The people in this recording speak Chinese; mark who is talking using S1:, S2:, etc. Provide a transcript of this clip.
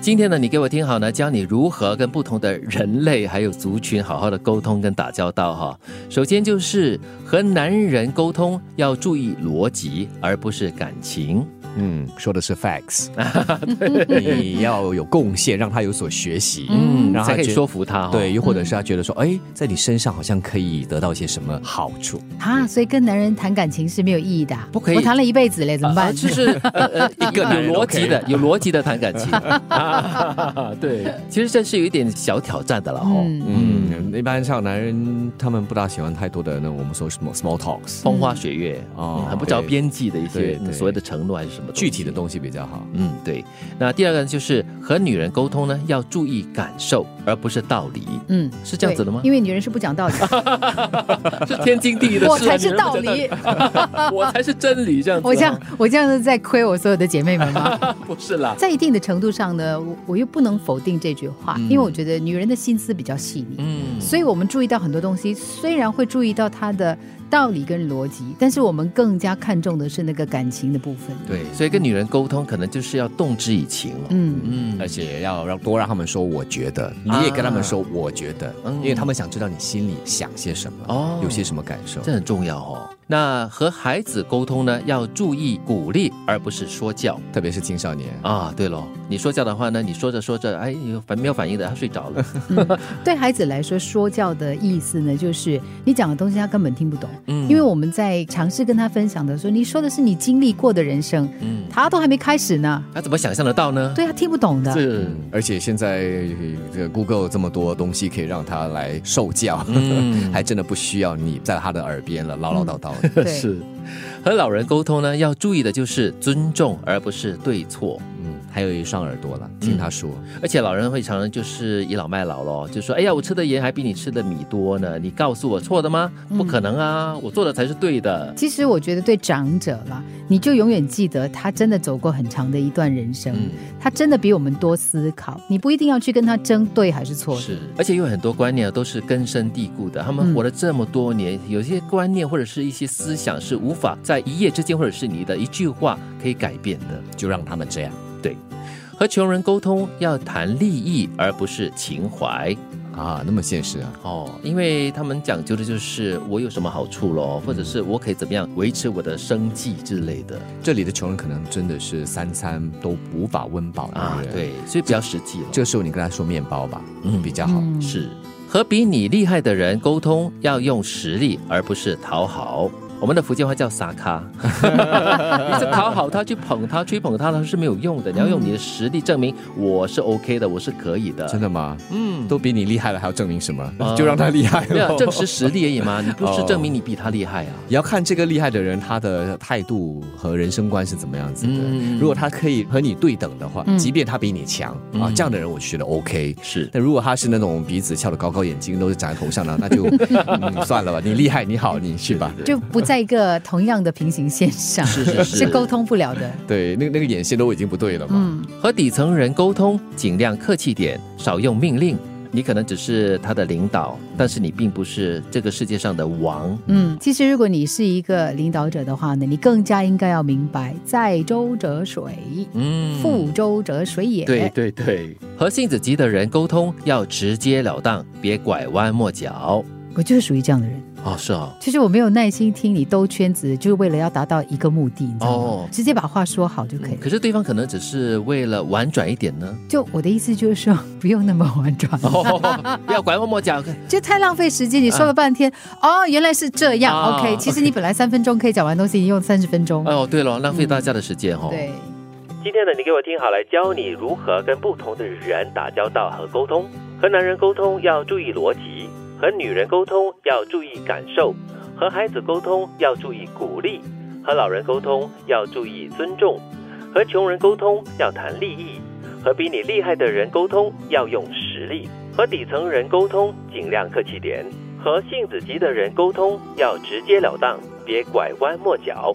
S1: 今天呢，你给我听好呢，教你如何跟不同的人类还有族群好好的沟通跟打交道哈。首先就是和男人沟通要注意逻辑，而不是感情。
S2: 嗯，说的是 facts，你要有贡献，让他有所学习，
S1: 嗯，
S2: 让
S1: 才
S2: 他
S1: 可以
S2: 觉
S1: 说服他、哦。嗯
S2: 对，又或者是他觉得说，哎，在你身上好像可以得到一些什么好处，
S3: 啊，所以跟男人谈感情是没有意义的啊，
S1: 不可以
S3: 我谈了一辈子嘞，怎么
S1: 啊
S3: 办？
S1: 就是呃呃
S2: 一个
S1: 有
S2: 男人
S1: 逻
S2: OK
S1: 辑的，有逻辑的谈感 情。啊对，其实这是有一点小挑战的了哈、
S3: 嗯
S2: 嗯，一般像男人他们不大喜欢太多的那种我们说什么 small talks，
S1: 风花雪月，
S2: 哦
S1: 嗯很不着
S2: 对
S1: 边际的一些
S2: 对对
S1: 所谓的承诺还是什么
S2: 具体的
S1: 西。
S2: 东西比较好。
S1: 嗯，对。那第二个呢，就是和女人沟通呢，要注意感受，而不是道理，
S3: 嗯，
S1: 是这样子的吗啊
S3: 对因为女人是不 讲道理，
S1: 是天经地义的事、啊。
S3: 我才
S1: 女
S3: 是
S1: 人不
S3: 道
S1: 讲
S3: 理，
S1: 理，我才是真理，这样子、
S3: 我 这样，我这样是在亏我所有的姐妹们吗？
S1: 不是啊啦。
S3: 在一定的程度上呢，我我又不能否定这句话，因为我觉得女人的心思比较细腻，
S1: 嗯，
S3: 所以我们注意到很多东西，虽然会注意到它的道理跟逻辑，但是我们更加看重的是那个感情的部分。
S2: 对，
S1: 所以跟女人沟通，可能就是要动之以情了。
S3: 嗯，
S1: 嗯啊
S2: 而且要让多让他们说，我觉得，你也跟他们说，我觉得，
S1: 嗯
S2: 因为他们想知道你心里想些什么，
S1: 哦
S2: 有些什么感受。
S1: 这很重要哦。那和孩子沟通呢，要注意鼓励，而不是说教
S2: 特别是青少年，
S1: 啊。对喽，你说教的话呢，你说着说着，哎，有反没有反应的，他睡着了。
S3: 对孩子来说，说教的意思呢，就是你讲的东西他根本听不懂，
S1: 嗯
S3: 因为我们在尝试跟他分享的时候，你说的是你经历过的人生，
S1: 嗯，
S3: 他都还没开始呢，
S1: 他怎么想象得到呢？
S3: 对啊他听不懂的。
S1: 是，
S2: 而且现在呃这个 Google 这么多东西可以让他来受教，
S1: 嗯
S2: 还真的不需要你在他的耳边了唠唠叨叨的。
S3: 对，
S1: 是。和老人沟通呢，要注意的就是尊重，而不是对错。
S2: 嗯，还有一双耳朵了，听他说。
S1: 而且老人会常常就是倚老卖老咯，就说：“哎呀，我吃的盐还比你吃的米多呢，你告诉我错的吗？
S3: 嗯
S1: 不可能啊，我做的才是对的。
S3: 其实我觉得对长者啦，你就永远记得他真的走过很长的一段人生，
S1: 嗯
S3: 他真的比我们多思考。你不一定要去跟他争对还是错的。
S1: 是，而且有很多观念啊都是根深蒂固的，他们
S3: 嗯
S1: 活了这么多年，有些观念或者是一些思想是无法在一夜之间，或者是你的一句话可以改变的。
S2: 就让他们这样
S1: 和穷人沟通要谈利益，而不是情怀
S2: 啊，那么现实啊，
S1: 哦，因为他们讲究的就是我有什么好处咯，或者是我可以怎么样维持我的生计之类的
S2: 这里的穷人可能真的是三餐都无法温饱的
S1: 啊，
S2: 人。，
S1: 对，所以比较实际了。
S2: 这时候你跟他说面包吧，
S1: 嗯
S2: 嗯，比较好。
S3: 嗯
S1: 是和比你厉害的人沟通要用实力，而不是讨好。我们的福建话叫撒 咖，你是讨好他、去捧他、吹捧他，他是没有用的。你要用你的实力证明我是 OK 的，我是可以的。
S2: 真的吗？
S1: 嗯，
S2: 都比你厉害了，还要证明什么
S1: 啊？
S2: 就让他厉害
S1: 对啊
S2: 了，。
S1: 证实实力而已嘛，你不是
S2: 哦
S1: 证明你比他厉害啊。
S2: 也要看这个厉害的人他的态度和人生观是怎么样子的。
S1: 嗯
S2: 如果他可以和你对等的话，
S3: 嗯
S2: 即便他比你强、啊
S1: 嗯，
S2: 这样的人我觉得 OK。
S1: 是，
S2: 但如果他是那种鼻子翘得高高，眼睛都是长在头上的，那就、嗯、算了吧。你厉害，你好，你去吧。
S3: 就不在一个同样的平行线上，
S1: 是是是
S3: 沟通不了的。
S2: 对，那那个眼线都已经不对了嘛。
S3: 嗯，
S1: 和底层人沟通尽量客气点，少用命令。你可能只是他的领导，但是你并不是这个世界上的王。
S3: 嗯，其实如果你是一个领导者的话呢，你更加应该要明白“载舟者水，
S1: 嗯
S3: 覆舟者水也”
S1: 对对对，和性子急的人沟通要直截了当，别拐弯抹角。
S3: 我就是属于这样的人，
S1: 哦，是哦，
S3: 就是我没有耐心听你兜圈子，就是为了要达到一个目的，你知道吗？
S1: 哦
S3: 直接把话说好就可以了。
S1: 嗯可是对方可能只是为了婉转一点 呢。
S3: 就我的意思就是说， 不用那么婉转，
S1: 哦，不要拐弯抹角。
S3: 就太浪费时间。你说了半天，哦，原来是这样。
S1: 啊
S3: OK，其实你本来三分钟可以讲完东西，你用三十分钟。
S1: 哦，对了，浪费大家的时间哦。
S3: 对。
S1: 今天的你给我听好，来教你如何跟不同的人打交道和沟通。和男人沟通要注意逻辑，和女人沟通要注意感受，和孩子沟通要注意鼓励，和老人沟通要注意尊重，和穷人沟通要谈利益，和比你厉害的人沟通要用实力，和底层人沟通尽量客气点，和性子急的人沟通要直截了当，别拐弯抹角。